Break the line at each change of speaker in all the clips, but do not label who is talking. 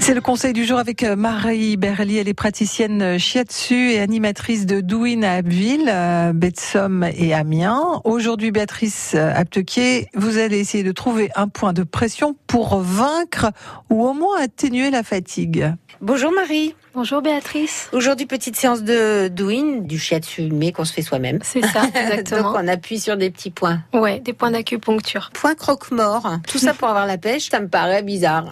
C'est le conseil du jour avec euh, Marie Berly. Elle est praticienne euh, shiatsu et animatrice de Douin à Abbeville, à Betsum et Amiens. Aujourd'hui, Béatrice euh, Aptequier, vous allez essayer de trouver un point de pression pour vaincre ou au moins atténuer la fatigue.
Bonjour Marie.
Bonjour Béatrice.
Aujourd'hui, petite séance de douine, du shiatsu, mais qu'on se fait soi-même.
C'est ça, exactement.
Donc on appuie sur des petits points.
Ouais, des points d'acupuncture.
Point croque-mort. Tout ça pour avoir la pêche, ça me paraît bizarre.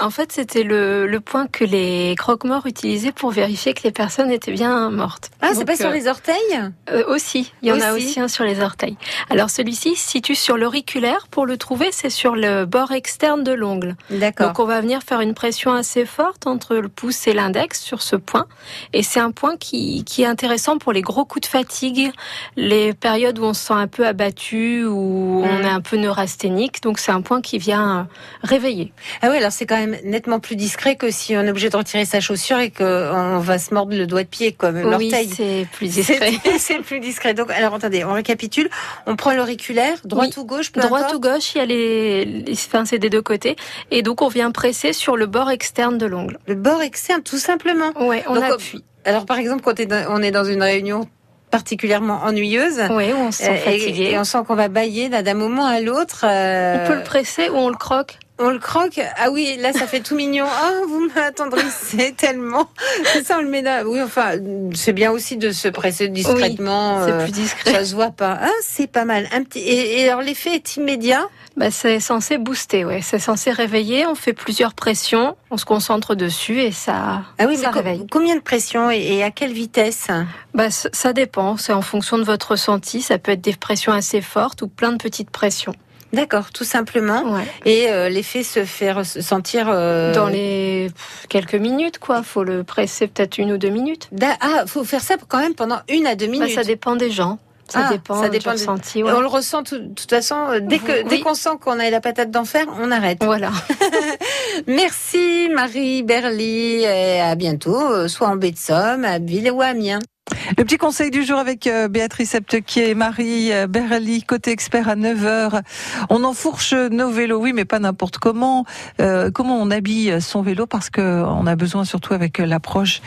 en fait, c'était le, le point que les croque-morts utilisaient pour vérifier que les personnes étaient bien mortes.
Ah, c'est
Donc,
pas sur
euh,
les orteils
euh, Aussi, il y en a
Aussi.
aussi un sur les orteils. Alors celui-ci se situe sur l'auriculaire. Pour le trouver, c'est sur le bord externe de l'ongle.
D'accord.
Donc on va venir faire une pression assez forte entre le pouce et l'index sur ce point. Et c'est un point qui, qui est intéressant pour les gros coups de fatigue, les périodes où on se sent un peu abattu, où on
Mm.
est un peu neurasthénique. Donc c'est un point qui vient euh, réveiller.
Ah oui, alors c'est quand même nettement plus discret que si on est obligé de retirer sa chaussure et qu'on va se mordre le doigt de pied comme
Oui,
l'orteil.
c'est plus discret.
C'est c'est plus discret. Donc, alors attendez, on récapitule. On prend l'auriculaire, droite ou gauche, peu
Droite
importe.
ou gauche, il y a les, les- enfin, c'est des deux côtés. Et donc on vient presser sur le bord externe de l'ongle.
Le bord externe, tout simplement.
Ouais, on
Donc,
appuie.
Alors, par exemple, quand t'es dans- on est dans une réunion particulièrement ennuyeuse,
Ouais, on se sent
euh, et-
fatigué.
et, on sent qu'on va bailler là, d'un moment à l'autre. euh,
On peut le presser ou on le croque.
on le croque. Ah oui, là, ça fait tout mignon. Ah, vous m'attendrissez tellement. Ça, on le met là. Oui, enfin, c'est bien aussi de se presser discrètement.
C'est
euh,
plus discret.
ça se voit pas. Ah, c'est pas mal. Un petit. Et, et alors, l'effet est immédiat.
Bah, c'est censé booster, ouais. C'est censé réveiller. On fait plusieurs pressions, on se concentre dessus et ça,
Ah oui,
ça
mais co-
réveille.
combien de pression et, et à quelle vitesse
Bah, c- ça dépend. C'est en fonction de votre ressenti. Ça peut être des pressions assez fortes ou plein de petites pressions.
D'accord, tout simplement.
Ouais.
Et euh, l'effet se fait ressentir euh,
Dans les pff, quelques minutes, quoi. Faut le presser peut-être une ou deux minutes.
Da- Ah, faut faire ça quand même pendant une à deux
Bah,
minutes.
ça dépend des gens. Ça
Ah,
dépend,
ça
du
dépend du-
ressenti.
Et
ouais.
On le ressent tout- de toute façon euh, dès que
Oui.
dès qu'on sent qu'on a la patate d'enfer, on arrête.
Voilà.
Merci Marie Berly et à bientôt, euh, soit en baie de Somme, à Abbeville ou à Amiens.
Le petit conseil du jour avec euh, Béatrice Aptequier et Marie euh, Berly, côté expert à 9h. On enfourche nos vélos, oui, mais pas n'importe comment. Euh, comment on habille son vélo parce que on a besoin surtout avec euh, l'approche